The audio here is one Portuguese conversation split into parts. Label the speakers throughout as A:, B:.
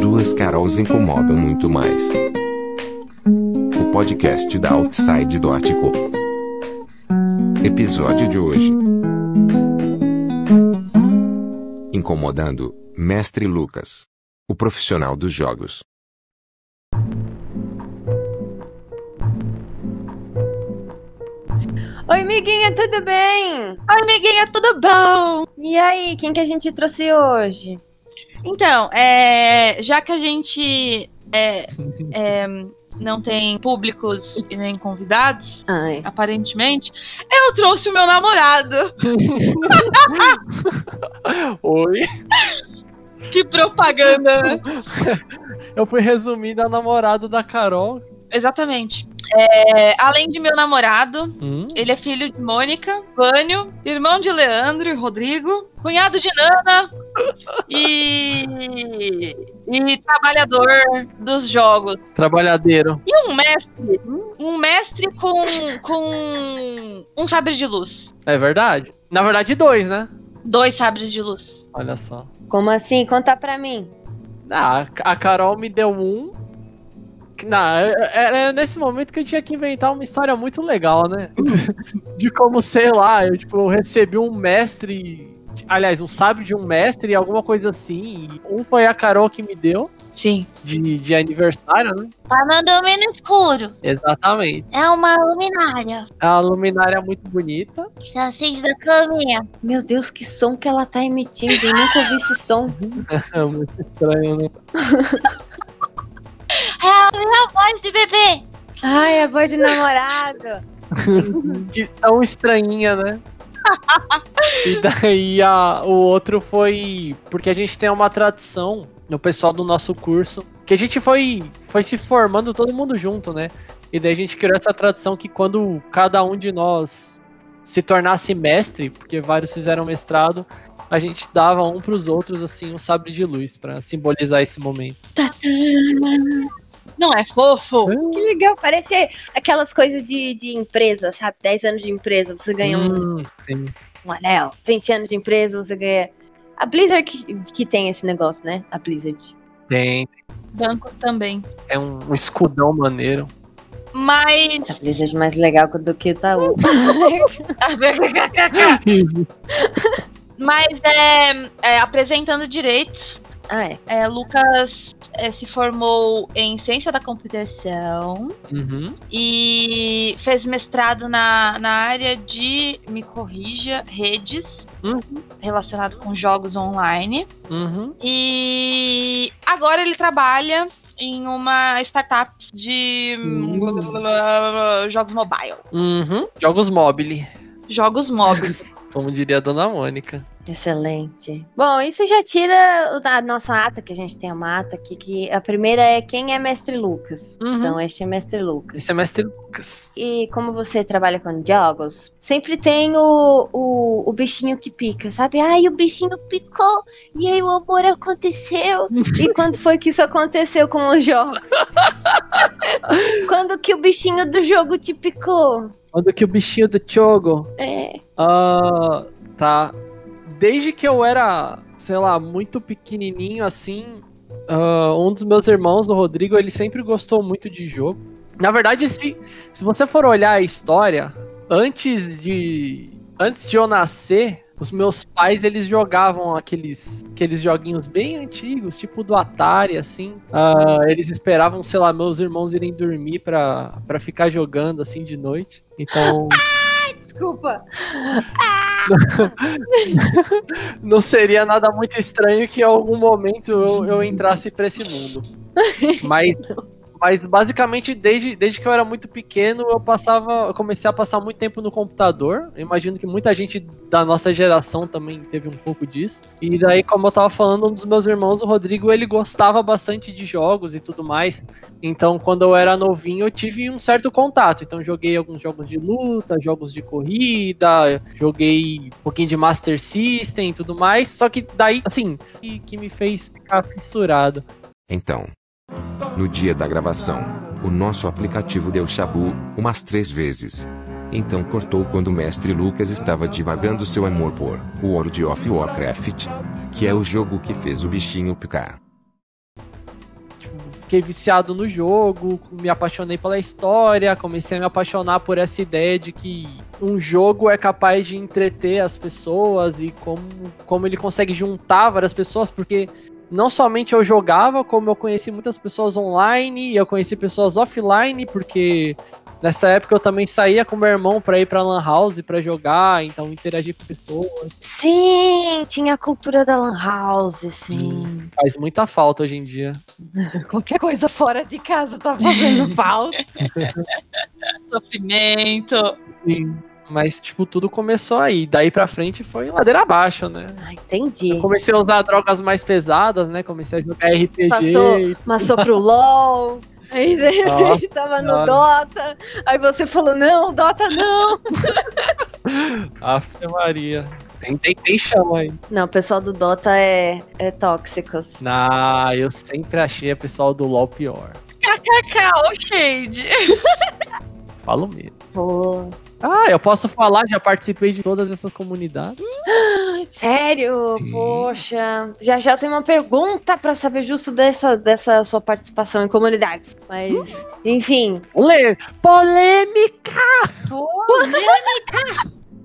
A: Duas Carols incomodam muito mais. O podcast da Outside do Ártico. Episódio de hoje. Incomodando, Mestre Lucas. O profissional dos jogos.
B: Oi, amiguinha, tudo bem?
C: Oi, amiguinha, tudo bom?
B: E aí, quem que a gente trouxe hoje?
C: Então, é, já que a gente é, é, não tem públicos e nem convidados,
B: Ai.
C: aparentemente, eu trouxe o meu namorado.
D: Oi.
C: Que propaganda!
D: Eu fui resumindo a namorada da Carol.
C: Exatamente. É, além de meu namorado,
D: Hum?
C: ele é filho de Mônica, Vânio, irmão de Leandro e Rodrigo, cunhado de Nana e, e trabalhador dos jogos.
D: Trabalhadeiro.
C: E um mestre? Um mestre com, com um sabre de luz.
D: É verdade? Na verdade, dois, né?
C: Dois sabres de luz.
D: Olha só.
B: Como assim? Conta pra mim.
D: Ah, a Carol me deu um. Que- Não, era nesse momento que eu tinha que inventar uma história muito legal, né? De como, sei lá, eu, tipo, eu recebi um mestre. Aliás, um sábio de um mestre, alguma coisa assim. e Um foi a Carol que me deu,
C: Sim.
D: de, de aniversário, né?
C: Tá no domínio escuro.
D: Exatamente.
C: É uma luminária.
D: É uma luminária muito bonita.
C: Se acende da caminha.
B: Meu Deus, que som que ela tá emitindo. Eu nunca ouvi esse som.
D: É muito estranho, né?
C: É a minha voz de bebê.
B: Ai, a voz de namorado.
D: que tão estranhinha, né? e daí a, o outro foi. Porque a gente tem uma tradição no pessoal do nosso curso. Que a gente foi, foi se formando todo mundo junto, né? E daí a gente criou essa tradição que quando cada um de nós se tornasse mestre, porque vários fizeram mestrado, a gente dava um pros outros, assim, um sabre de luz pra simbolizar esse momento.
C: Não é fofo?
D: Hum,
B: Que legal, parece aquelas coisas de, de empresa, sabe? 10 anos de empresa, você ganha um,
D: Hum, sim.
B: um anel. 20 anos de empresa, você ganha. A Blizzard que, que tem esse negócio, né? A Blizzard.
D: Tem,
C: Banco também.
D: é um, um escudão maneiro.
C: Mas.
B: A Blizzard é mais legal do que o Itaú.
C: Mas é, é, apresentando direito,
B: ah, é.
C: é, Lucas é, se formou em ciência da computação.
D: uhum.
C: e fez mestrado na, na área de, me corrija, redes, relacionado com jogos online.
D: Uhum.
C: E agora ele trabalha em uma startup de hum, jogos mobile,
D: Uhum. Jogos mobile,
C: jogos móveis.
D: como diria a dona Mônica.
B: Excelente. Bom, isso já tira o da nossa ata, que a gente tem uma ata aqui, que a primeira é quem é Mestre Lucas.
D: Uhum.
B: Então, este é Mestre Lucas.
D: Esse é mestre Lucas.
B: E como você trabalha com jogos, sempre tem o, o, o bichinho que pica, sabe? Ai, o bichinho picou, e aí o amor aconteceu. e quando foi que isso aconteceu com os jogos? quando que o bichinho do jogo te picou?
D: Quando que o bichinho do Chogo.
B: É.
D: Ah, tá. Desde que eu era, sei lá, muito pequenininho assim, ah, um dos meus irmãos, o Rodrigo, ele sempre gostou muito de jogo. Na verdade, se, se você for olhar a história, antes de antes de eu nascer, os meus pais eles jogavam aqueles aqueles joguinhos bem antigos, tipo do Atari assim. Ah, eles esperavam, sei lá, meus irmãos irem dormir pra pra ficar jogando assim de noite. Então,
B: Desculpa.
D: não seria nada muito estranho que em algum momento eu, eu entrasse pra esse mundo. Mas, mas basicamente, desde, desde que eu era muito pequeno, eu passava. Eu comecei a passar muito tempo no computador. Eu imagino que muita gente da nossa geração também teve um pouco disso. E daí, como eu tava falando, um dos meus irmãos, o Rodrigo, ele gostava bastante de jogos e tudo mais. Então, quando eu era novinho, eu tive um certo contato. Então, joguei alguns jogos de luta, jogos de corrida, joguei um pouquinho de Master System e tudo mais. Só que daí, assim, que, que me fez ficar fissurado.
A: Então, no dia da gravação, o nosso aplicativo deu chabu umas três vezes. Então cortou quando o mestre Lucas estava divagando seu amor por World of Warcraft, que é o jogo que fez o bichinho picar.
D: Tipo, fiquei viciado no jogo, me apaixonei pela história, comecei a me apaixonar por essa ideia de que um jogo é capaz de entreter as pessoas e como, como ele consegue juntar várias pessoas, porque não somente eu jogava, como eu conheci muitas pessoas online, e eu conheci pessoas offline, porque nessa época eu também saía com meu irmão pra ir pra Lan House pra jogar, então interagir com pessoas.
B: Sim, tinha a cultura da Lan House, sim.
D: Faz muita falta hoje em dia.
B: Qualquer coisa fora de casa tá fazendo falta.
C: Sofrimento.
D: Sim. Mas, tipo, tudo começou aí. Daí pra frente foi ladeira abaixo, né?
B: Ah, entendi.
D: Eu comecei a usar drogas mais pesadas, né? Comecei a jogar RPG.
B: Passou. Massou pro LOL. Aí de repente tava no Dota. Aí você falou, não, Dota não.
D: Aff, Maria. Tem, tem, tem chama aí.
B: Não, o pessoal do Dota é, é tóxicos.
D: Ah, eu sempre achei a pessoal do LoL pior.
C: KKK, o shade.
D: Falo mesmo.
B: Pô.
D: Ah, eu posso falar, já participei de todas essas comunidades.
B: Sério?
D: Sim.
B: Poxa. Já já eu tenho uma pergunta pra saber justo dessa, dessa sua participação em comunidades. Mas, enfim.
D: Lê, polêmica!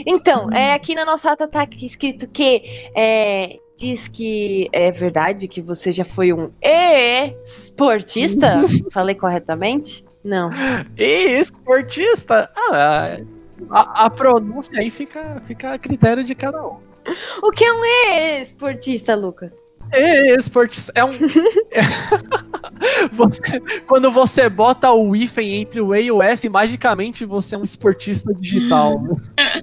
B: Então, é, aqui na nossa ata tá aqui escrito que é, diz que é verdade que você já foi um esportista? Falei corretamente? Não.
D: Ih, esportista! Ah, a, a pronúncia aí fica, fica a critério de cada um.
B: O que é um esportista, Lucas?
D: Ê, Esportista é um. Você- quando você bota o hífen entre o E e o S, magicamente você é um esportista digital.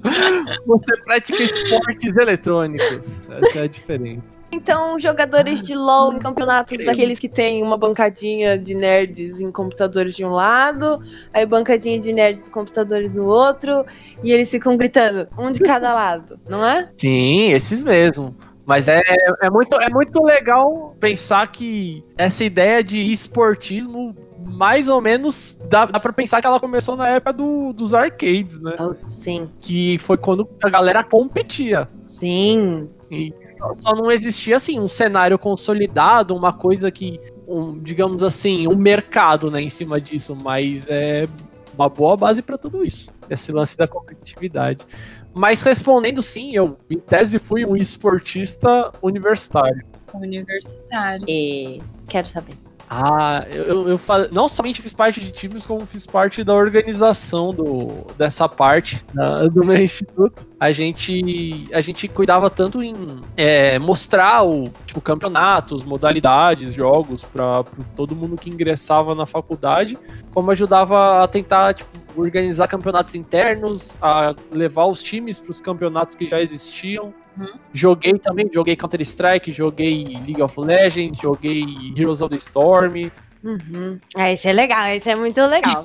D: você pratica esportes eletrônicos. Essa é a diferença.
B: Então, jogadores de LoL em campeonatos daqueles que tem uma bancadinha de nerds em computadores de um lado, aí bancadinha de nerds em computadores no outro, e eles ficam gritando, um de cada lado, não é?
D: Sim, esses mesmo. Mas é, é, muito, é muito legal pensar que essa ideia de esportismo, mais ou menos, dá, dá pra pensar que ela começou na época do- dos arcades, né?
B: sim,
D: Que foi quando a galera competia.
B: sim.
D: só não existia assim um cenário consolidado, uma coisa que, um, digamos assim, um mercado né, em cima disso, mas é uma boa base para tudo isso, esse lance da competitividade. Mas respondendo sim, eu em tese fui um esportista universitário.
C: Universitário.
B: E quero saber.
D: Ah, eu, eu, eu fa- não somente fiz parte de times, como fiz parte da organização do, dessa parte da- do meu instituto. A gente, a gente cuidava tanto em é, mostrar o tipo, campeonatos, modalidades, jogos para todo mundo que ingressava na faculdade, como ajudava a tentar tipo, organizar campeonatos internos, a levar os times para os campeonatos que já existiam.
C: Uhum.
D: Joguei também, joguei Counter-Strike, joguei League of Legends, joguei Heroes of the Storm.
B: Uhum. Ah, isso é legal, isso é muito legal.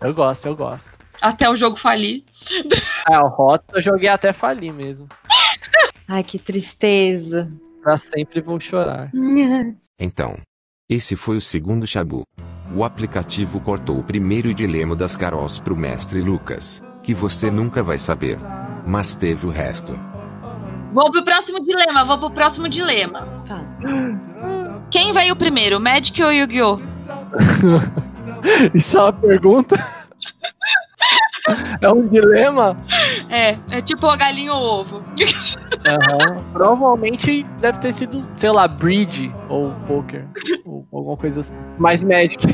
D: Eu gosto, eu gosto.
C: Até o jogo falir.
D: Ah, o Rota eu joguei até falir mesmo.
B: Ai, que tristeza.
D: Pra sempre vou chorar.
A: Então, esse foi o segundo Shabu. O aplicativo cortou o primeiro dilema das Carols pro mestre Lucas, que você nunca vai saber. Mas teve o resto.
C: Vou pro próximo dilema, vou pro próximo dilema.
B: Tá.
C: Quem veio primeiro, Magic ou Yu-Gi-Oh?
D: Isso é uma pergunta? é um dilema?
C: É, é tipo a galinha ou o ovo.
D: Aham. Provavelmente deve ter sido, sei lá, Bridge ou Poker. Ou alguma coisa assim. Mais Magic.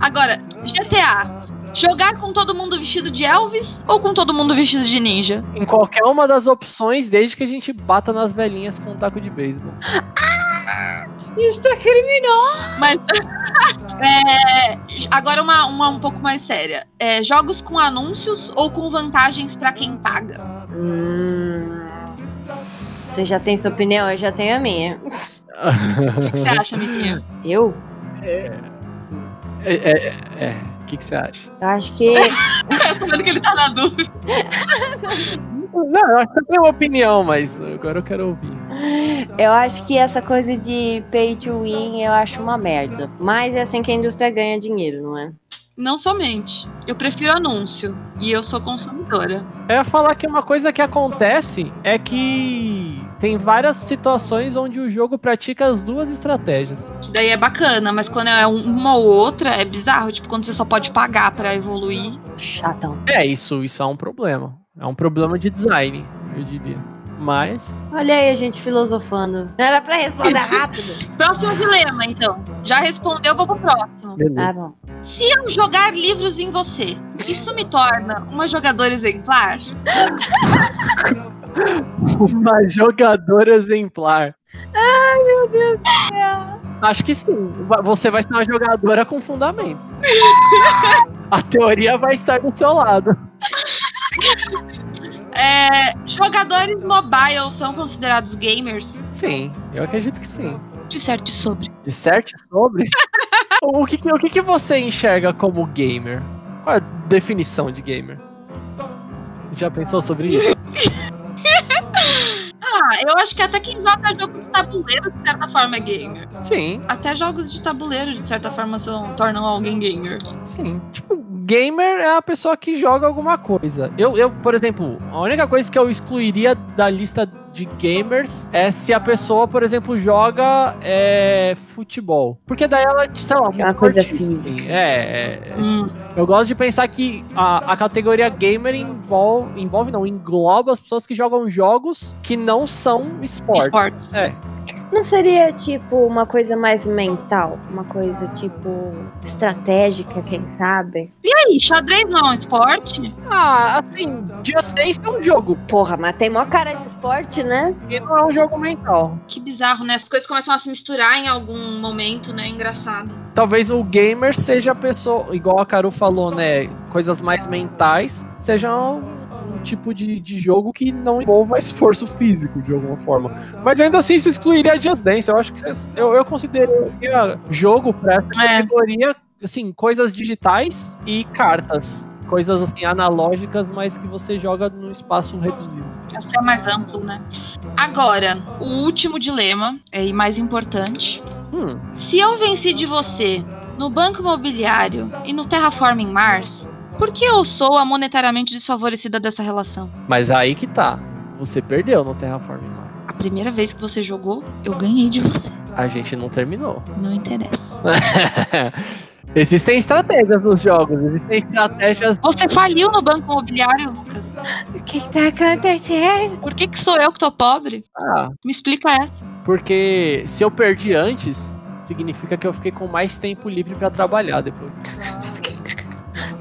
C: Agora, GTA. Jogar com todo mundo vestido de Elvis ou com todo mundo vestido de ninja?
D: Em qualquer uma das opções, desde que a gente bata nas velhinhas com um taco de beisebol.
B: Isso é criminoso.
C: Mas. É, agora uma, uma um pouco mais séria. É, jogos com anúncios ou com vantagens pra quem paga?
B: Hum. Você já tem sua opinião, eu já tenho a minha.
C: O que que você acha, amiguinha?
B: Eu?
D: É, é, é, é. O que, que você acha?
B: Eu acho que.
C: Eu tô vendo que ele tá na dúvida.
D: Não, eu acho que eu tenho uma opinião, mas agora eu quero ouvir.
B: Eu acho que essa coisa de pay to win eu acho uma merda. Mas é assim que a indústria ganha dinheiro, não é?
C: Não somente. Eu prefiro anúncio. E eu sou consumidora.
D: É falar que uma coisa que acontece é que Tem várias situações onde o jogo pratica as duas estratégias.
C: Que daí é bacana, mas quando é um- uma ou outra, é bizarro. Tipo, quando você só pode pagar pra evoluir.
B: Chatão.
D: É, isso, isso é um problema. É um problema de design, eu diria. Mas.
B: Olha aí a gente filosofando. Era pra responder rápido.
C: Próximo dilema, então. Já respondeu, vou pro próximo.
B: Ah, bom.
C: Se eu jogar livros em você, isso me torna uma jogadora exemplar?
D: Uma jogadora exemplar.
B: Meu Deus.
D: Acho que sim. Va- Você vai ser uma jogadora com fundamentos. A teoria vai estar do seu lado.
C: É, jogadores mobile são considerados gamers?
D: Sim, eu acredito que sim.
C: Disserte sobre.
D: De certo sobre. o que, que- o que, que você enxerga como gamer? Qual é a definição de gamer? Já pensou sobre isso?
C: Ah, eu acho que até quem joga jogo de tabuleiro, de certa forma, é gamer.
D: Sim,
C: Até jogos de tabuleiro, de certa forma, são, tornam alguém gamer.
D: sim. Tipo, gamer é a pessoa que joga alguma coisa. Eu, eu, por exemplo, a única coisa que eu excluiria da lista de gamers é se a pessoa, por exemplo, joga é, futebol. Porque daí ela, sei lá,
B: É uma coisa
D: esportista, assim.
B: física.
D: É, é,
C: Hum,
D: Eu gosto de pensar que a, a categoria gamer envolve, envolve, não, engloba as pessoas que jogam jogos que não são esporte.
C: esportes.
D: É,
B: Não seria tipo uma coisa mais mental? Uma coisa tipo estratégica, quem sabe?
C: E aí, xadrez não é um esporte?
D: Ah, assim, Just Dance é um jogo,
B: Porra, mas tem mó cara de esporte, né?
D: e não é um jogo mental.
C: Que bizarro, né? As coisas começam a se misturar em algum momento, né? Engraçado.
D: Talvez o gamer seja a pessoa, igual a Caru falou, né? Coisas mais mentais, seja um, um tipo de, de jogo que não envolva esforço físico de alguma forma. Mas ainda assim, isso excluiria Just Dance. Eu acho que cês- eu, eu consideraria jogo pra
C: É.
D: categoria, assim, coisas digitais e cartas. Coisas, assim, analógicas, mas que você joga num espaço reduzido.
C: Acho que é mais amplo, né? Agora, o último dilema, é, e mais importante.
D: Hum,
C: Se eu venci de você no Banco Imobiliário e no Terraforming Mars, por que eu sou a monetariamente desfavorecida dessa relação?
D: mas aí que tá. Você perdeu no Terraform Mars.
C: A primeira vez que você jogou, eu ganhei de você.
D: A gente não terminou.
C: Não interessa.
D: existem estratégias nos jogos, existem estratégias.
C: Você faliu no Banco Imobiliário, Lucas.
B: O que que tá acontecendo?
C: Por que, que sou eu que tô pobre?
D: Ah,
C: Me explica essa.
D: porque se eu perdi antes, significa que eu fiquei com mais tempo livre pra trabalhar depois.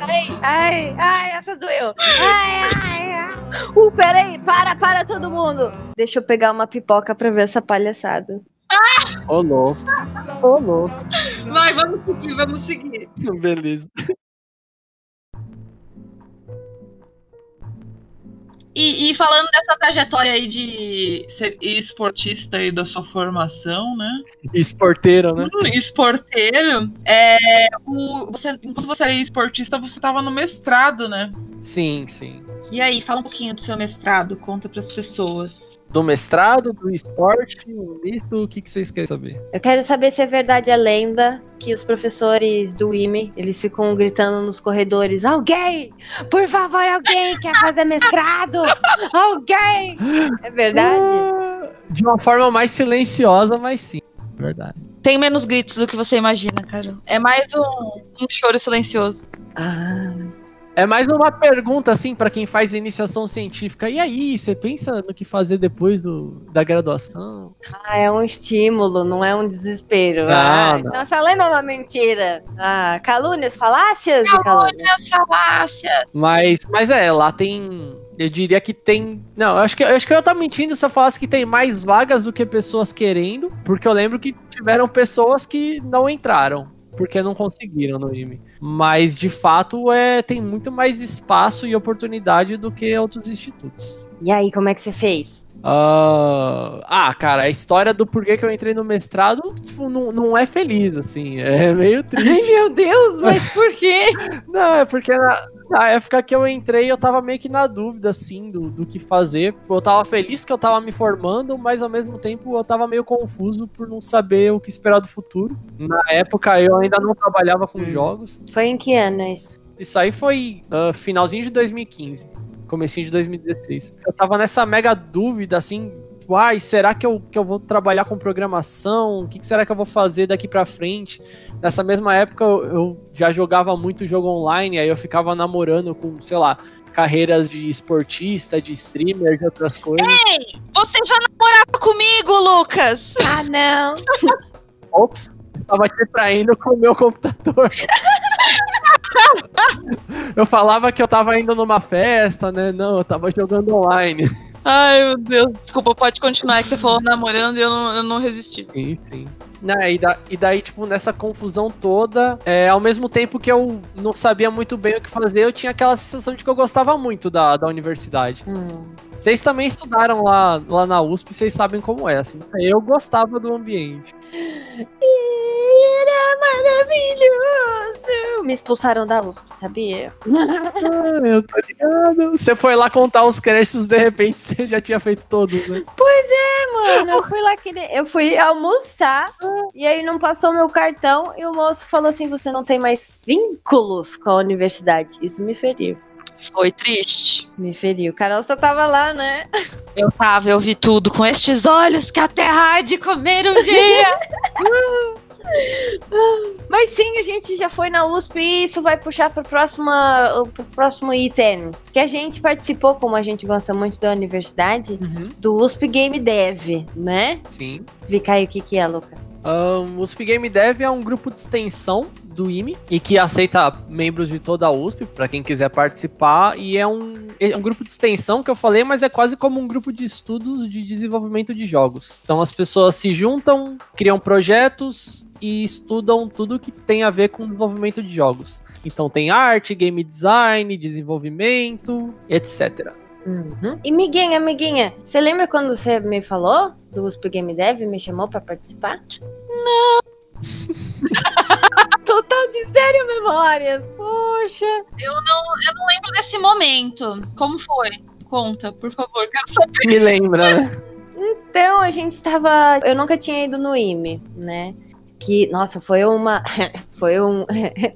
B: Ai, ai, ai, essa doeu. Ai, ai, ai. Uh, peraí, para, para todo mundo. Deixa eu pegar uma pipoca pra ver essa palhaçada.
D: Ô, louco. Ô, louco.
C: Vai, vamos seguir, vamos seguir.
D: Beleza.
C: E, e falando dessa trajetória aí de ser esportista e da sua formação, né?
D: Esporteiro, né?
E: Hum, Esporteiro, é, o- você- enquanto você era esportista, você tava no mestrado, né?
D: Sim, sim.
C: E aí, fala um pouquinho do seu mestrado, conta pras pessoas.
D: Do mestrado, do esporte, um misto, o que, que vocês querem saber?
B: Eu quero saber se é verdade a lenda que os professores do IME, eles ficam gritando nos corredores, alguém, por favor, alguém quer fazer mestrado? Alguém! É verdade?
D: Ah, De uma forma mais silenciosa, mas sim. Verdade.
C: Tem menos gritos do que você imagina, Carol. É mais um, um choro silencioso.
B: Ah,
D: É mais uma pergunta, assim, pra quem faz iniciação científica. E aí, você pensa no que fazer depois do, da graduação?
B: é um estímulo, não é um desespero.
D: Ah,
B: Ai,
D: não.
B: Nossa, a lenda é uma mentira. Ah, calúnias, falácias e calúnias.
C: As falácias.
D: Mas, mas é, lá tem. Eu diria que tem. Não, eu acho que, eu acho que eu ia tá mentindo se eu falasse que tem mais vagas do que pessoas querendo, porque eu lembro que tiveram pessoas que não entraram, porque não conseguiram no IME. Mas de fato é, tem muito mais espaço e oportunidade do que outros institutos.
B: E aí, como é que você fez?
D: Ah, ah, cara, a história do porquê que eu entrei no mestrado tipo, não, não é feliz, assim. É meio triste.
B: Ai, meu Deus, mas por quê?
D: Não, é porque na, na época que eu entrei, eu tava meio que na dúvida, assim, do, do que fazer. Eu tava feliz que eu tava me formando, mas ao mesmo tempo eu tava meio confuso por não saber o que esperar do futuro. Na época eu ainda não trabalhava com jogos.
B: Foi em que ano isso?
D: Isso aí foi ah, finalzinho de 2015, comecinho de 2016. Eu tava nessa mega dúvida, assim, tipo, ai, será que eu, que eu vou trabalhar com programação? O que, que será que eu vou fazer daqui pra frente? Nessa mesma época eu, eu já jogava muito jogo online, aí eu ficava namorando com, sei lá, carreiras de esportista, de streamer, de outras coisas.
C: Você já namorava comigo, Lucas!
B: Ah, não.
D: Ops, tava te traindo com o meu computador. eu falava que eu tava indo numa festa, né? Não, eu tava jogando online.
C: Ai, meu Deus. Desculpa, pode continuar, é que você falou namorando e eu não, eu não resisti.
D: Sim, sim. Né, e, da- e daí, tipo, nessa confusão toda, é, ao mesmo tempo que eu não sabia muito bem o que fazer, eu tinha aquela sensação de que eu gostava muito da, da universidade. Vocês também estudaram lá, lá na USP, vocês sabem como é, assim. Eu gostava do ambiente.
B: Era maravilhoso! Me expulsaram da USP, sabia?
D: Ah, eu tô ligado. Você foi lá contar os créditos, de repente você já tinha feito todos, né?
B: é, Mano, eu fui lá que nem- Eu fui almoçar e aí não passou meu cartão e o moço falou assim: você não tem mais vínculos com a universidade. Isso me feriu.
C: Foi triste.
B: Me feriu. Carol só tava lá, né?
C: Eu tava, eu vi tudo com estes olhos que a terra há de comer um dia.
B: Mas sim, a gente já foi na USP e isso vai puxar pro próximo, pro próximo item. Que a gente participou, como a gente gosta muito da universidade,
D: Uhum.
B: do USP Game Dev, né?
D: Sim.
B: Explica aí o que, que é, Luca.
D: Ahn, o USP Game Dev é um grupo de extensão do IME e que aceita membros de toda a USP para quem quiser participar e é um, é um grupo de extensão que eu falei, mas é quase como um grupo de estudos de desenvolvimento de jogos. Então as pessoas se juntam, criam projetos e estudam tudo que tem a ver com desenvolvimento de jogos. Então tem arte, game design, desenvolvimento, etc.
B: E Miguinha, amiguinha, você lembra quando você me falou do USP Game Dev e me chamou pra participar? Não! Total de zero memórias! Poxa!
C: Não lembro desse momento. Como foi? Conta, por favor. Quero saber.
D: Me lembra, né?
B: Então a gente tava. Eu nunca tinha ido no IME, né? Que, nossa, foi uma. foi um,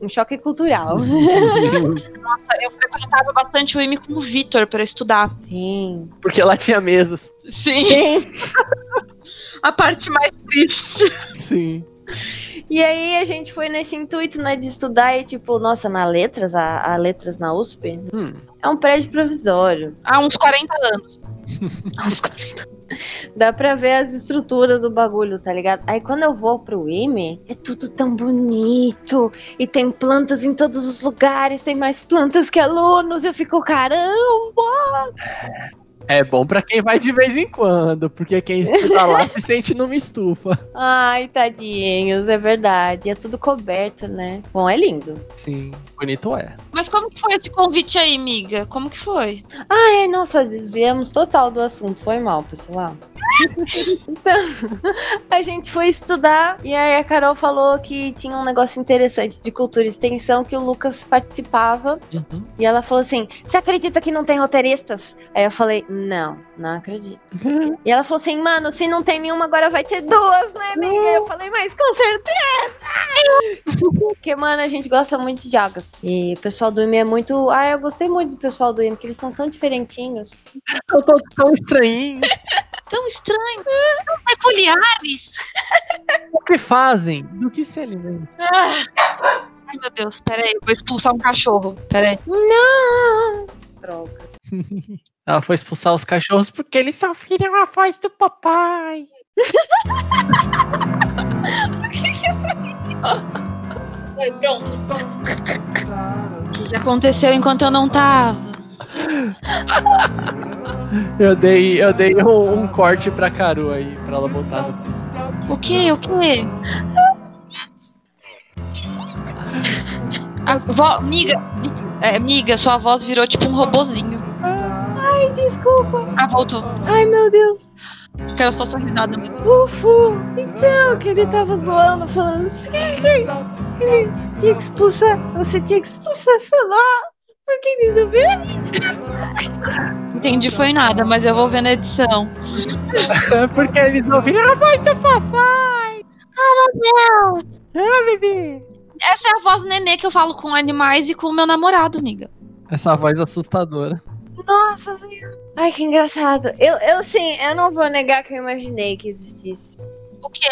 B: um choque cultural.
C: Eu frequentava bastante o IME com o Vitor pra estudar.
B: Sim.
D: Porque lá tinha mesas.
C: Sim,
B: Sim.
C: a parte mais triste.
D: Sim.
B: E aí a gente foi nesse intuito, né, de estudar e, tipo, nossa, na letras, a, a letras na USP,
D: Hum.
B: é um prédio provisório.
C: Há uns 40 anos.
B: Aos 40. Dá pra ver as estruturas do bagulho, tá ligado? Aí quando eu vou pro IME, é tudo tão bonito. E tem plantas em todos os lugares, tem mais plantas que alunos. Eu fico, caramba!
D: É bom pra quem vai de vez em quando, porque quem estuda lá se sente numa estufa.
B: Ai, tadinhos, é verdade. É tudo coberto, né? Bom, é lindo.
D: Sim, bonito é.
C: Mas como que foi esse convite aí, miga? Como que foi?
B: Ai, nossa, desviamos total do assunto. Foi mal, pessoal. Então, a gente foi estudar e aí a Carol falou que tinha um negócio interessante de cultura e extensão que o Lucas participava
D: Uhum.
B: E ela falou assim: Você acredita que não tem roteiristas? Aí eu falei: Não, não acredito. e ela falou assim: Mano, se não tem nenhuma, agora vai ter duas, né, amiga? eu falei: Mas com certeza! Porque, mano, a gente gosta muito de jogos. E o pessoal do IME é muito. Ah, eu gostei muito do pessoal do IME, porque eles são tão diferentinhos.
D: Eu tô tão estranho.
C: É Tão estranho. Tão peculiares.
D: O que fazem? Do que se alimentam?
C: Ah. Ai, meu Deus. Peraí, eu vou expulsar um cachorro. Peraí.
B: Não! Droga.
D: Ela foi expulsar os cachorros porque eles são filhos a voz do papai.
C: Foi, pronto. Já aconteceu enquanto eu não tava.
D: Eu dei, eu dei um, um corte pra Caru aí, pra ela botar no
C: O quê? O quê? A vó, miga, é, miga, sua voz virou tipo um robozinho.
B: Ai, desculpa.
C: Ah, voltou.
B: Ai, meu Deus.
C: Quero só sorrisada mesmo.
B: Ufu. Então, que ele tava zoando, falando assim. Tinha que expulsar. Você tinha que expulsar, falou. Porque eles ouviram.
C: Entendi, foi nada, mas eu vou ver na edição.
D: É Porque eles não viram a voz do papai. Ah,
C: meu
D: Ah, bebê.
C: Essa é a voz nenê que eu falo com animais e com o meu namorado, miga.
D: Essa voz assustadora.
B: Nossa senhora. Ai, que engraçado. Eu, eu sim, eu não vou negar que eu imaginei que existisse.
C: O quê?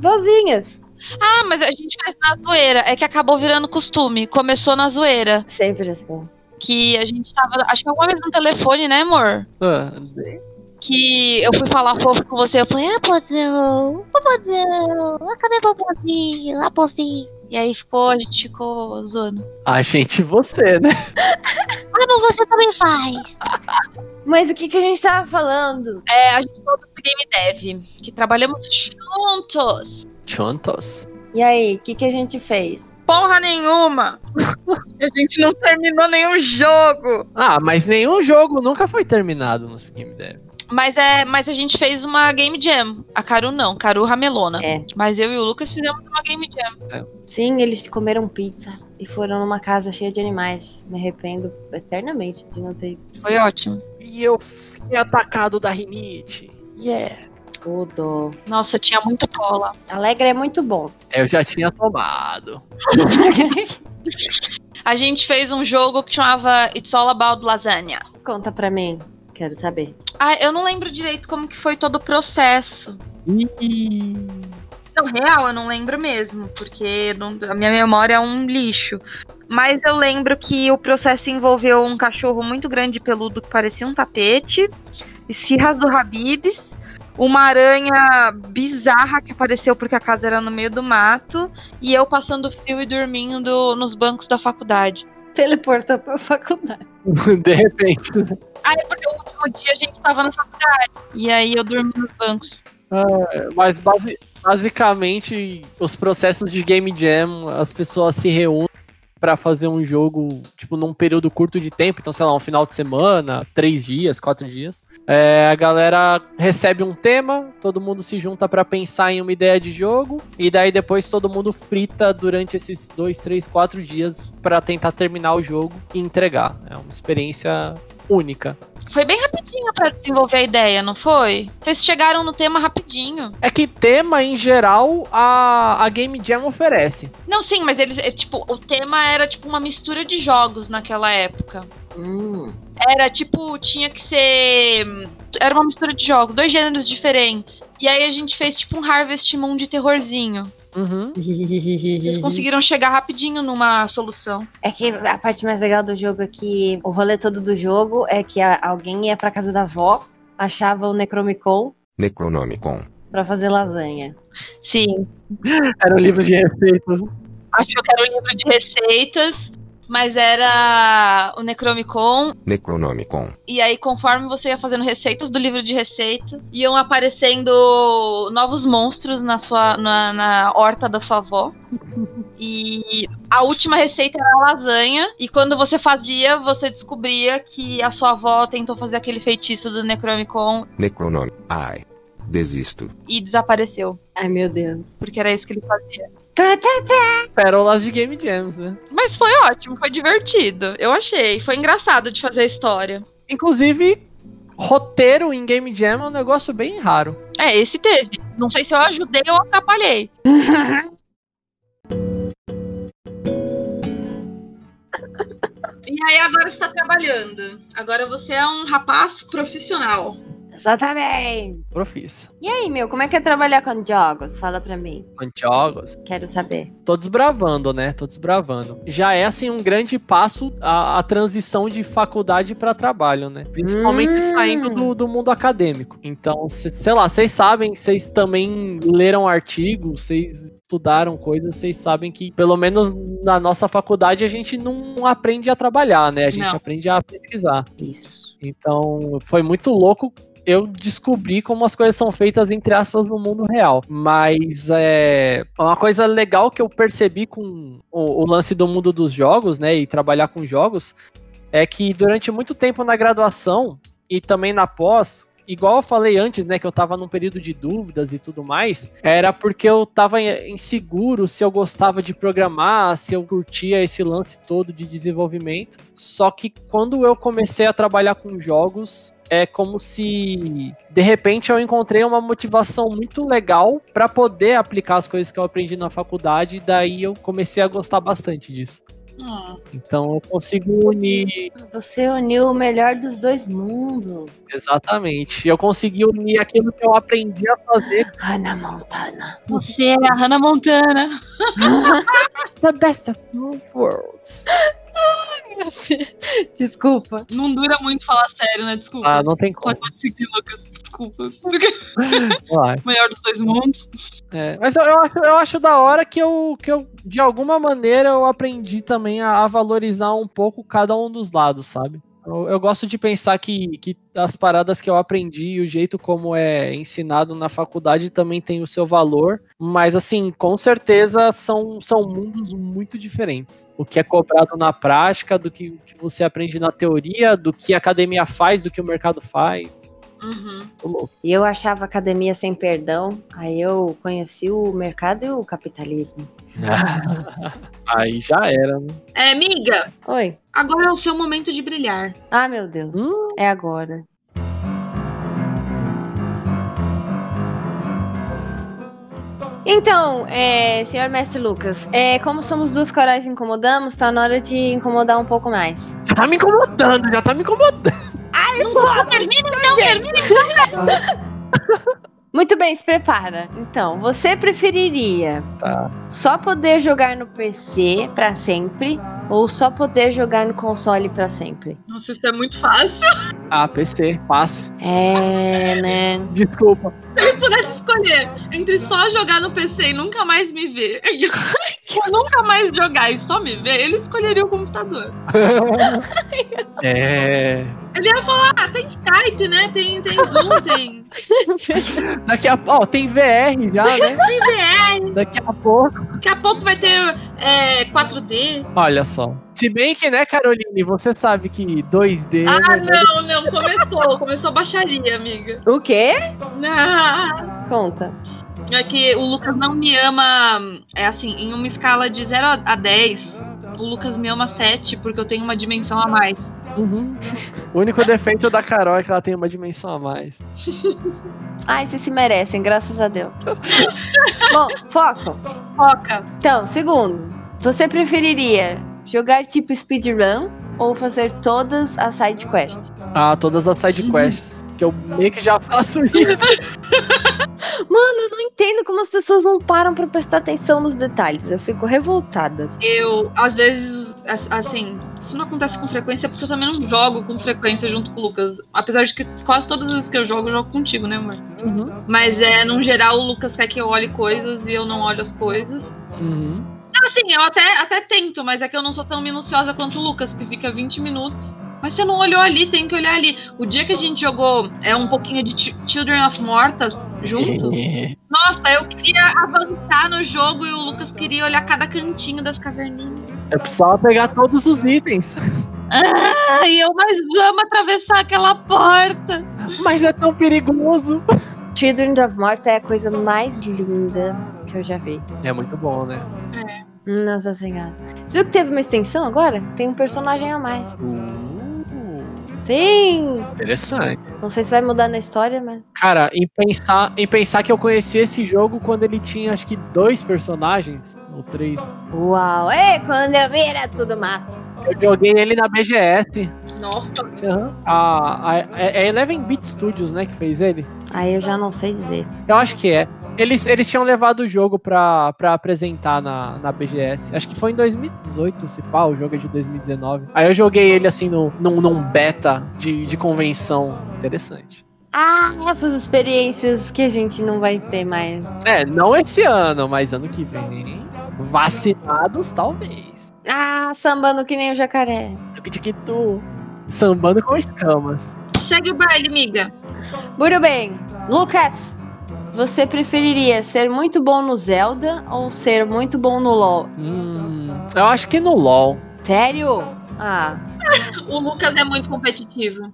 B: Vozinhas.
C: Ah, mas a gente faz na zoeira. É que acabou virando costume. Começou na zoeira.
B: Sempre assim.
C: Que a gente tava. Acho que alguma vez no telefone, né, amor?
D: Ah,
C: Que eu fui falar fofo com você. Eu falei, ah, pozão, ô pozão, ah, cadê meu pozinho? Lá, pozinho. E aí ficou, a gente ficou zoando.
D: a gente e você, né?
C: Ah, mas você também vai.
B: Mas o que, que a gente tava falando?
C: É, a gente falou do Game Dev, que trabalhamos juntos.
D: Chontos.
B: E aí, o que, que a gente fez?
E: Porra nenhuma! a gente não terminou nenhum jogo!
D: Ah, mas nenhum jogo nunca foi terminado nos Game Dev.
C: Mas é, mas a gente fez uma Game Jam. A Caru não, Caru ramelona.
B: É.
C: Mas eu e o Lucas fizemos uma Game Jam.
B: Sim, eles comeram pizza e foram numa casa cheia de animais. Me arrependo eternamente de não ter ido.
C: Foi ótimo.
D: E eu fui atacado da rinite. Yeah.
B: Tudo.
C: Nossa, tinha muito cola.
B: Alegre é muito bom.
D: Eu já tinha tomado.
C: A gente fez um jogo que chamava It's All About Lasagna.
B: Conta pra mim. Quero saber.
C: Ah, eu não lembro direito como que foi todo o processo. Não, real, eu não lembro mesmo, porque não- a minha memória é um lixo. Mas eu lembro que o processo envolveu um cachorro muito grande e peludo que parecia um tapete, esfirras do Habibs, uma aranha bizarra que apareceu porque a casa era no meio do mato, e eu passando frio e dormindo nos bancos da faculdade.
B: Teleportou pra faculdade.
D: De repente.
C: Ah, é porque o último dia a gente tava na faculdade. E aí eu dormi nos bancos.
D: Mas basi- basicamente, os processos de Game Jam, as pessoas se reúnem pra fazer um jogo, tipo, num período curto de tempo, então, sei lá, um final de semana, três dias, quatro dias. É, a galera recebe um tema, todo mundo se junta pra pensar em uma ideia de jogo, e daí depois todo mundo frita durante esses dois, três, quatro dias pra tentar terminar o jogo e entregar. É uma experiência única.
C: Foi bem rapidinho pra desenvolver a ideia, não foi? Vocês chegaram no tema rapidinho.
D: É que tema, em geral, a, a Game Jam oferece.
C: Não, sim, mas eles, é, tipo, o tema era tipo uma mistura de jogos naquela época.
B: Hum.
C: Era tipo, tinha que ser. Era uma mistura de jogos, dois gêneros diferentes. E aí a gente fez tipo um Harvest Moon de terrorzinho.
D: Uhum.
C: Vocês
B: Uhum.
C: conseguiram chegar rapidinho numa solução.
B: É que a parte mais legal do jogo é que o rolê todo do jogo é que a- alguém ia pra casa da avó, achava o Necromicon
A: Necronomicon.
B: pra fazer lasanha.
C: Sim.
D: Era um livro de receitas.
C: Achou que era um livro de receitas, mas era o Necromicon
A: Necronomicon.
C: E aí, conforme você ia fazendo receitas do livro de receita, iam aparecendo novos monstros na sua na, na horta da sua avó. E a última receita era a lasanha. E quando você fazia, você descobria que a sua avó tentou fazer aquele feitiço do Necromicon
A: Necronom. Ai. Desisto.
C: e desapareceu.
B: Ai, meu Deus.
C: Porque era isso que ele fazia.
B: Tá, tá.
D: Pérolas de Game Jams, né?
C: Mas foi ótimo, foi divertido. Eu achei. Foi engraçado de fazer a história.
D: Inclusive, roteiro em Game Jam é um negócio bem raro.
C: É, esse teve. Não sei se eu ajudei ou atrapalhei. E aí agora você tá trabalhando. Agora você é um rapaz profissional.
B: Exatamente.
D: Profissa.
B: E aí, meu, como é que é trabalhar com jogos? Fala pra mim.
D: Antiogos.
B: Quero saber.
D: Tô desbravando, né? Tô desbravando. Já é, assim, um grande passo a, a transição de faculdade pra trabalho, né? Principalmente
B: Hum.
D: saindo do, do mundo acadêmico. Então, cê- sei lá, vocês sabem, vocês também leram artigos, vocês estudaram coisas, vocês sabem que, pelo menos na nossa faculdade, a gente não aprende a trabalhar, né? A gente
C: Não.
D: aprende a pesquisar.
B: Isso.
D: Então, foi muito louco eu descobri como as coisas são feitas, entre aspas, no mundo real. Mas é uma coisa legal que eu percebi com o, o lance do mundo dos jogos, né? E trabalhar com jogos, é que durante muito tempo na graduação e também na pós. Igual eu falei antes, né, que eu tava num período de dúvidas e tudo mais, era porque eu tava in- inseguro se eu gostava de programar, se eu curtia esse lance todo de desenvolvimento. Só que quando eu comecei a trabalhar com jogos, é como se de repente eu encontrei uma motivação muito legal pra poder aplicar as coisas que eu aprendi na faculdade, e daí eu comecei a gostar bastante disso.
C: Ah,
D: Então eu consigo unir
B: Você uniu o melhor dos dois mundos.
D: Exatamente. Eu consegui unir aquilo que eu aprendi a fazer.
B: Hannah Montana.
C: Você é a Hannah Montana.
D: The best of both worlds.
B: Desculpa.
C: Não dura muito falar sério, né? Desculpa.
D: Ah, não tem como.
C: Pode pode seguir, Lucas. Desculpa.
D: Vai.
C: Melhor dos dois mundos.
D: É, mas eu, eu acho, eu acho da hora que eu, que eu, de alguma maneira, eu aprendi também a, a valorizar um pouco cada um dos lados, sabe? Eu, eu gosto de pensar que, que as paradas que eu aprendi e o jeito como é ensinado na faculdade também tem o seu valor, mas assim, com certeza são, são mundos muito diferentes. O que é cobrado na prática, do que, que você aprende na teoria, do que a academia faz, do que o mercado faz.
C: Uhum.
D: Tô louco.
B: E eu achava a academia sem perdão. Aí eu conheci o mercado e o capitalismo.
D: Aí já era, né?
C: É, miga,
B: Oi.
C: agora é o seu momento de brilhar.
B: Ah, meu Deus.
D: Hum.
B: É agora. Então, é, senhor mestre Lucas, é, como somos duas corais e incomodamos, tá na hora de incomodar um pouco mais.
D: Já tá me incomodando, já tá me incomodando.
C: Termina então, termina.
B: Muito bem, se prepara. Então, você preferiria
D: Tá.
B: só poder jogar no PC pra sempre ou só poder jogar no console pra sempre?
C: Nossa, isso é muito fácil.
D: Ah, PC, fácil.
B: É, né?
D: Desculpa.
C: Se eu pudesse escolher entre só jogar no PC e nunca mais me ver, ou nunca mais jogar e só me ver, ele escolheria o computador.
D: É.
C: Ele ia falar, ah, tem Skype, né? Tem, tem Zoom, tem
D: Daqui a Ó, tem VR já, né?
C: PVR.
D: Daqui a pouco.
C: Daqui a pouco vai ter é, 4D.
D: Olha só. Se bem que, né, Caroline, você sabe que 2D.
C: Ah,
D: né,
C: não, não, começou. Começou a baixaria, amiga.
B: O quê?
C: Não.
B: Conta.
C: É que o Lucas não me ama, é assim, em uma escala de 0 a 10, o Lucas me ama 7, porque eu tenho uma dimensão a mais.
D: uhum. O único defeito da Carol é que ela tem uma dimensão a mais.
B: Ai, vocês se merecem, graças a Deus. Bom, foco.
C: Foca.
B: Então, segundo, você preferiria jogar tipo speedrun ou fazer todas as side quests?
D: Ah, todas as side quests. Que eu meio que já faço isso.
B: Mano, eu não entendo como as pessoas não param pra prestar atenção nos detalhes. Eu fico revoltada.
C: Eu, às vezes, as- assim, isso não acontece com frequência, porque eu também não jogo com frequência junto com o Lucas. Apesar de que quase todas as vezes que eu jogo, eu jogo contigo, né, amor?
D: Uhum.
C: Mas é, no geral, o Lucas quer que eu olhe coisas e eu não olho as coisas.
D: Uhum.
C: Assim, eu até, até tento, mas é que eu não sou tão minuciosa quanto o Lucas, que fica 20 minutos. Mas você não olhou ali, tem que olhar ali. O dia que a gente jogou é um pouquinho de Chi- Children of Morta junto.
D: Uhum.
C: Nossa, eu queria avançar no jogo e o Lucas queria olhar cada cantinho das caverninhas.
D: Eu precisava pegar todos os itens.
C: Ah, e eu, mas vamos atravessar aquela porta.
D: Mas é tão perigoso.
B: Children of Morta é a coisa mais linda que eu já vi.
D: É muito bom, né?
B: Nossa senhora. Você viu que teve uma extensão agora? Tem um personagem a mais.
D: Uh,
B: Sim!
D: interessante.
B: Não sei se vai mudar na história, mas.
D: Cara, em pensar, em pensar que eu conheci esse jogo quando ele tinha acho que dois personagens, ou três.
B: Uau! É, quando eu vi era tudo mato.
D: Eu joguei ele na BGS.
C: Nossa,
D: Aham. A, a, é é Eleven Beat Studios, né, que fez ele?
B: Aí eu já não sei dizer.
D: Eu acho que é. Eles, eles tinham levado o jogo pra, pra apresentar na, na BGS. Acho que foi em 2018, se pá, o jogo é de 2019. Aí eu joguei ele assim no, num, num beta de, de convenção. Interessante.
B: Ah, essas experiências que a gente não vai ter mais.
D: É, não esse ano, mas ano que vem. Vacinados, talvez.
B: Ah, sambando que nem o jacaré.
D: Tiquitiquitu. Sambando com escamas.
C: segue o baile, miga.
B: Muito bem. Lucas, você preferiria ser muito bom no Zelda ou ser muito bom no LoL?
D: Hum, eu acho que no LOL.
B: Sério? Ah,
C: O Lucas é muito competitivo.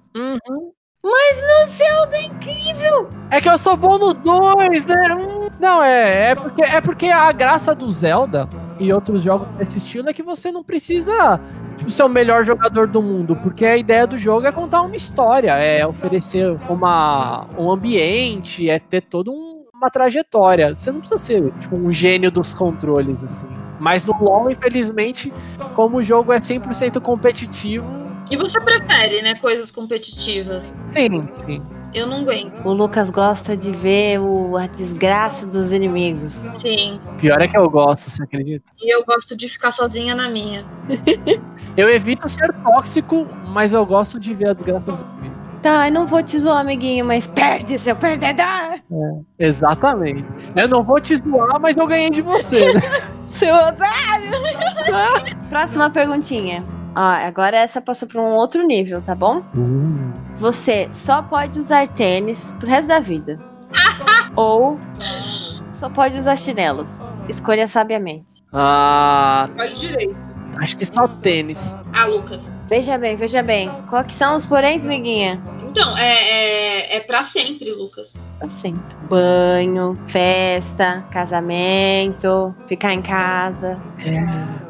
B: no Zelda é incrível!
D: É que eu sou bom nos dois, né? Hum, Não, é, é porque é porque a graça do Zelda e outros jogos desse estilo é que você não precisa tipo, ser o melhor jogador do mundo, porque a ideia do jogo é contar uma história, é oferecer uma, um ambiente, é ter toda um- uma trajetória. Você não precisa ser tipo, um gênio dos controles, assim. Mas no LoL, infelizmente, como o jogo é 100% competitivo.
C: E você prefere, né, coisas competitivas?
D: Sim, sim.
C: Eu não aguento.
B: O Lucas gosta de ver o- a desgraça dos inimigos.
C: Sim.
D: Pior é que eu gosto, você acredita?
C: E eu gosto de ficar sozinha na minha.
D: Eu evito ser tóxico, mas eu gosto de ver as graças.
B: Tá, eu não vou te zoar, amiguinho, mas perde, seu perdedor!
D: Exatamente. Eu não vou te zoar, mas eu ganhei de você, né?
B: Seu otário! Próxima perguntinha. Ó, agora essa passou pra um outro nível, tá bom? Você só pode usar tênis pro resto da vida. Ou só pode usar chinelos. Escolha sabiamente.
D: Ah,
C: Olha direito.
D: acho que só tênis.
C: Ah, Lucas.
B: Veja bem, veja bem. Qual que são os poréns, miguinha?
C: Então, é, é, é pra sempre, Lucas.
B: Assim. Banho, festa, casamento, ficar em casa.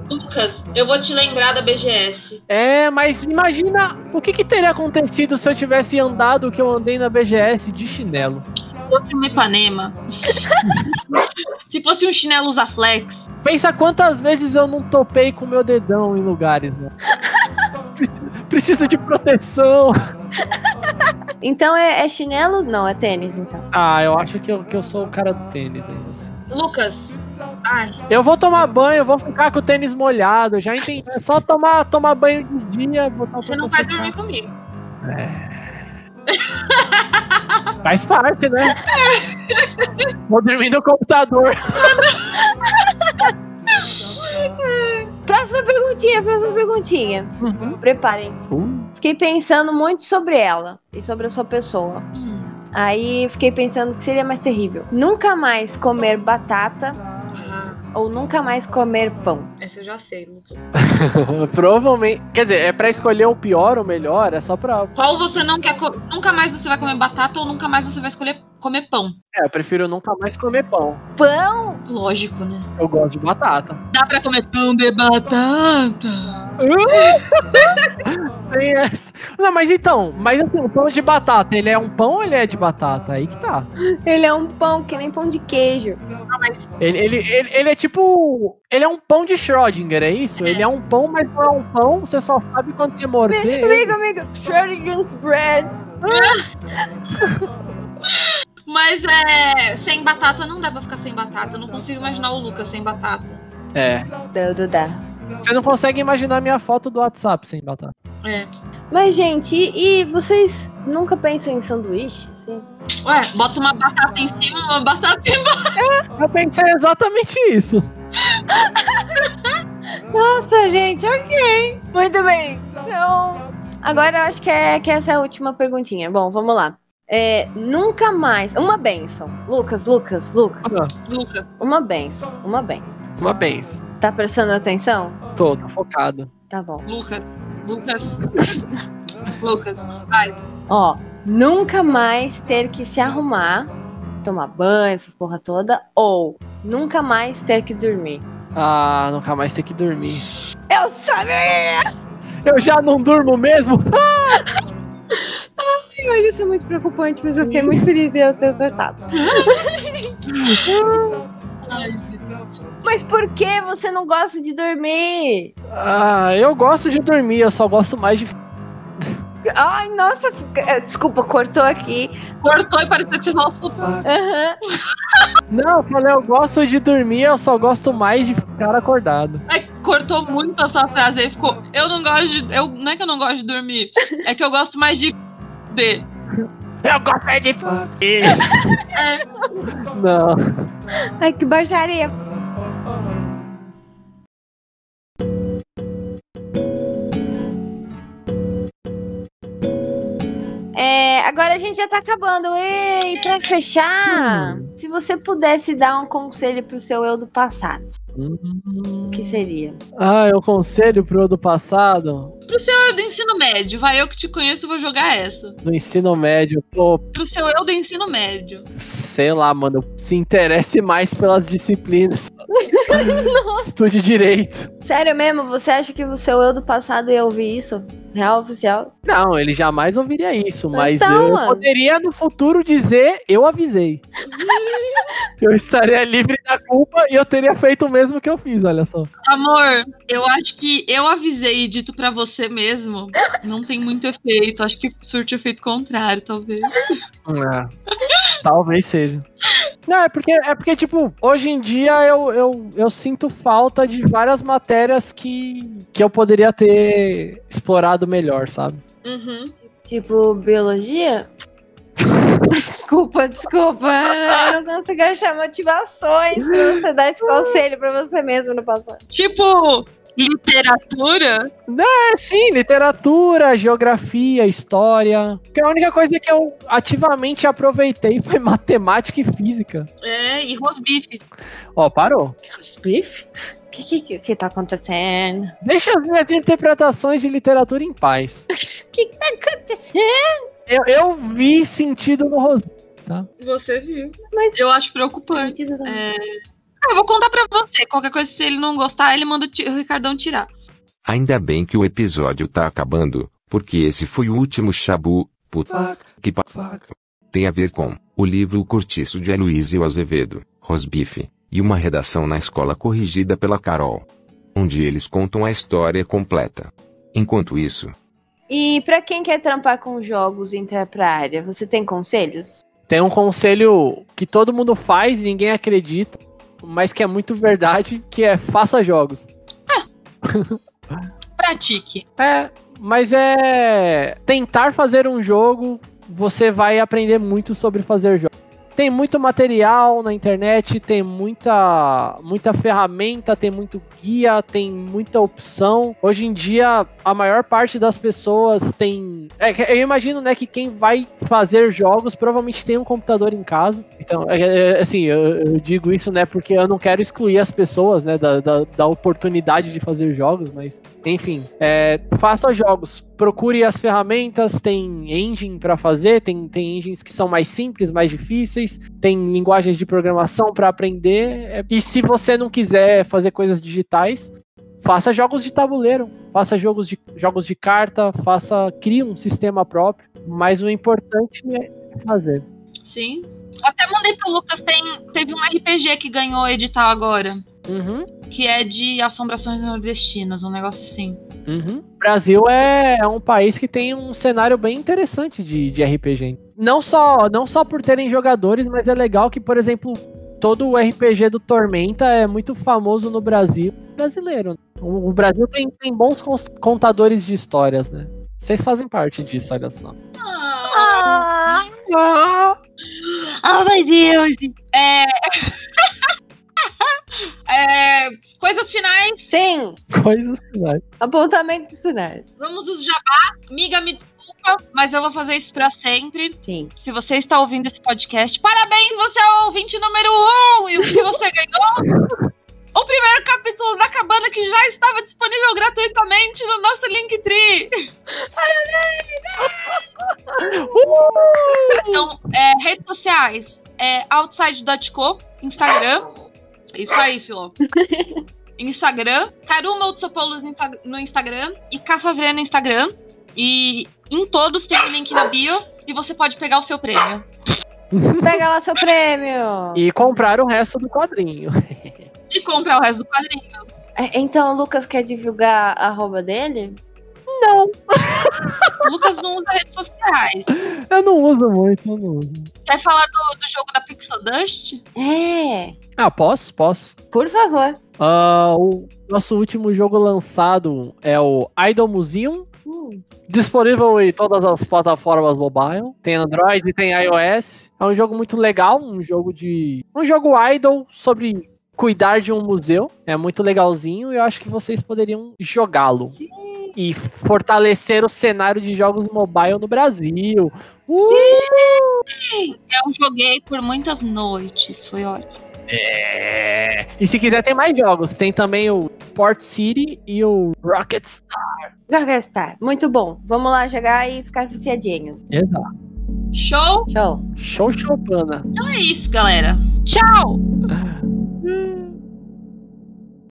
C: Lucas, eu vou te lembrar da BGS.
D: É, mas imagina o que, que teria acontecido se eu tivesse andado o que eu andei na BGS de chinelo.
C: Se fosse um Ipanema. se fosse um chinelo Zaflex.
D: Pensa quantas vezes eu não topei com meu dedão em lugares, né? Preciso- Preciso de proteção.
B: Então é, é chinelo? Não, é tênis, então.
D: Ah, eu acho que eu, que eu sou o cara do tênis ainda. assim.
C: Lucas. Ai,
D: Eu vou tomar banho, eu vou ficar com o tênis molhado, eu já entendi. É só tomar, tomar banho de dia, botar o
C: você tá.
D: pra
C: não vai dormir comigo.
D: Faz parte, né? Vou dormir no computador.
B: Próxima perguntinha, próxima perguntinha. Preparem. Fiquei pensando muito sobre ela e sobre a sua pessoa. Aí fiquei pensando que seria mais terrível. Nunca mais comer batata
C: Ah,
B: ou nunca mais comer pão.
C: essa eu já sei, Lucas.
D: Provavelmente. Quer dizer, é pra escolher o pior ou o melhor, é só pra.
C: Qual você não quer co- Nunca mais você vai comer batata ou nunca mais você vai escolher comer pão.
D: É, eu prefiro nunca mais comer pão.
B: Pão?
C: Lógico, né?
D: Eu gosto de batata.
C: Dá pra comer pão de batata.
D: Tem essa. Não, mas então, mas assim, o pão de batata, ele é um pão ou ele é de batata? Aí que tá.
B: Ele é um pão que nem pão de queijo.
D: Ele, ele, ele, ele é tipo. Ele é um pão de Schrödinger, é isso? Ele é um pão, mas não é um pão, você só sabe quando você morder. ele.
B: Amigo, amigo, Schrödinger's bread.
C: Mas é. Sem batata não dá pra ficar sem batata. Eu não consigo imaginar o Lucas sem batata.
D: É.
B: Tudo dá.
D: Você não consegue imaginar minha foto do WhatsApp sem batata.
C: É.
B: Mas, gente, e, e vocês nunca pensam em sanduíche? Sim.
C: Ué, bota uma batata em cima, uma batata em
D: Eu pensei exatamente isso.
B: Nossa, gente, ok. Muito bem. Então, agora eu acho que, é, que essa é a última perguntinha. Bom, vamos lá. É, nunca mais. Uma benção. Lucas, Lucas, Lucas.
C: Lucas.
B: Uma benção. Uma benção.
D: Ah, Uma benção.
B: Tá prestando atenção?
D: Tô, tô focado.
B: Tá bom.
C: Lucas. Lucas. Lucas. Vai.
B: Ó, nunca mais ter que se arrumar, tomar banho, essas porra toda, ou nunca mais ter que dormir.
D: Ah, nunca mais ter que dormir.
B: Eu sabia!
D: Eu já não durmo mesmo?
B: Olha, isso é muito preocupante, mas eu fiquei muito feliz de eu ter acertado. mas por que você não gosta de dormir?
D: Ah, eu gosto de dormir, eu só gosto mais de.
B: Ai, nossa, fica- eh, desculpa, cortou aqui.
C: Cortou e pareceu que você falou futebol.
B: Aham.
D: Não, eu falei, eu gosto de dormir, eu só gosto mais de ficar acordado.
C: Ai, cortou muito a sua frase aí ficou. Eu não gosto de. Eu, não é que eu não gosto de dormir. É que eu gosto mais de. De.
D: Eu gosto é de. não.
B: Ai, que baixaria. É, agora a gente já tá acabando. Ei, pra fechar, se você pudesse dar um conselho pro seu eu do passado, o que seria?
D: Hum. Ah, eu conselho pro do passado,
C: Eu do ensino médio. Vai eu que te conheço, vou jogar essa.
D: do ensino médio, pô,
C: Pro seu eu do ensino médio.
D: sei lá, mano, se interesse mais pelas disciplinas. Estude direito.
B: Sério mesmo, você acha que o seu eu do passado ia ouvir isso? Real oficial.
D: Não, ele jamais ouviria isso, mas
B: Então,
D: eu
B: mano.
D: poderia no futuro dizer, eu avisei. eu estaria livre da culpa e eu teria feito o mesmo que eu fiz, olha só.
C: Amor, eu acho que eu avisei e dito pra você mesmo. Não tem muito efeito. Acho que surte efeito contrário, talvez.
D: É. Talvez seja. Não, é porque, é porque, tipo, hoje em dia eu, eu, eu sinto falta de várias matérias que, que eu poderia ter explorado melhor, sabe?
C: Uhum.
B: Tipo, biologia? desculpa, desculpa. Eu não consigo achar motivações pra você dar esse conselho pra você mesmo no passado.
C: Tipo, literatura?
D: É, sim, literatura, geografia, história. Porque a única coisa que eu ativamente aproveitei foi matemática e física.
C: É, e rosbife.
D: Ó, parou.
B: Brief? O que, que, que- que tá acontecendo?
D: Deixa as minhas interpretações de literatura em paz.
B: O que, que tá acontecendo?
D: Eu, eu vi sentido no rosto.
C: Você viu.
B: Mas-
C: Eu acho preocupante.
B: né?
C: É. Ah, eu vou contar pra você. Qualquer coisa, se ele não gostar, ele manda o, ti- o Ricardão tirar.
A: Ainda bem que o episódio tá acabando, porque esse foi o último chabu, puta que pa... Tem a ver com o livro O Cortiço de Aloysio Azevedo, Rosbife, e uma redação na escola corrigida pela Carol. Onde eles contam a história completa. Enquanto isso,
B: E pra quem quer trampar com jogos e entrar pra área, você tem conselhos?
D: Tem um conselho que todo mundo faz, ninguém acredita, mas que é muito verdade, que é faça jogos.
C: Pratique.
D: É, mas é tentar fazer um jogo, você vai aprender muito sobre fazer jogos. Tem muito material na internet, tem muita muita ferramenta, tem muito guia, tem muita opção. Hoje em dia, a maior parte das pessoas tem, é, que eu imagino, né, que quem vai fazer jogos provavelmente tem um computador em casa. Então, é, é, assim, eu, eu digo isso, né, porque eu não quero excluir as pessoas, né, da- da, da oportunidade de fazer jogos, mas enfim, é, faça jogos, procure as ferramentas, tem engine para fazer, tem, tem engines que são mais simples, mais difíceis, tem linguagens de programação para aprender. é, e se você não quiser fazer coisas digitais, faça jogos de tabuleiro, faça jogos de, jogos de carta, faça crie um sistema próprio. Mas o importante é fazer.
C: Sim. Até mandei pro Lucas, tem, teve um RPG que ganhou edital agora,
D: Uhum,
C: que é de assombrações nordestinas, um negócio assim.
D: uhum. O Brasil é, é um país que tem um cenário bem interessante de, de RPG. não só, não só por terem jogadores, mas é legal que, por exemplo, todo o RPG do Tormenta é muito famoso no Brasil brasileiro. né? O o Brasil tem, tem bons cons- contadores de histórias, né? Vocês fazem parte disso, olha só.
C: Ah,
B: Ah,
C: oh meu Deus! É... É, Coisas finais,
B: sim,
D: Coisas que vai.
B: apontamentos sinais.
C: vamos os jabás. Miga, me desculpa, mas eu vou fazer isso pra sempre.
B: Sim.
C: Se você está ouvindo esse podcast, parabéns, você é o ouvinte número um! E o que você ganhou? O primeiro capítulo da cabana que já estava disponível gratuitamente no nosso Linktree. Então, é, redes sociais. É outside.co, Instagram. Isso aí, Filó. Instagram. Karuma Otsopoulos no Insta- no Instagram. E Cafavreira no Instagram. E em todos tem o link na bio. E você pode pegar o seu prêmio.
B: Pega lá seu prêmio.
D: E comprar o resto do quadrinho.
C: E comprar o resto do quadrinho.
B: É, Então o Lucas quer divulgar a arroba dele?
C: O Lucas não usa redes sociais.
D: Eu não uso muito, eu não uso.
C: Quer falar do, do jogo da Pixel Dust?
B: É,
D: Ah, posso? Posso.
B: por favor.
D: Ah, o nosso último jogo lançado é o Idol Museum.
B: Hum,
D: disponível em todas as plataformas mobile. Tem Android e tem iOS. É um jogo muito legal, um jogo de. um jogo idol sobre cuidar de um museu. É muito legalzinho e eu acho que vocês poderiam jogá-lo. E fortalecer o cenário de jogos mobile no Brasil. Uh!
C: Eu joguei por muitas noites. Foi ótimo.
D: É. E se quiser, tem mais jogos. Tem também o Port City e o Rocket Star.
B: Joga Star. Muito bom. Vamos lá jogar e ficar viciadinhos.
D: Exato.
C: Show?
B: Show.
D: Show né? Chopana.
C: Então é isso, galera. Tchau!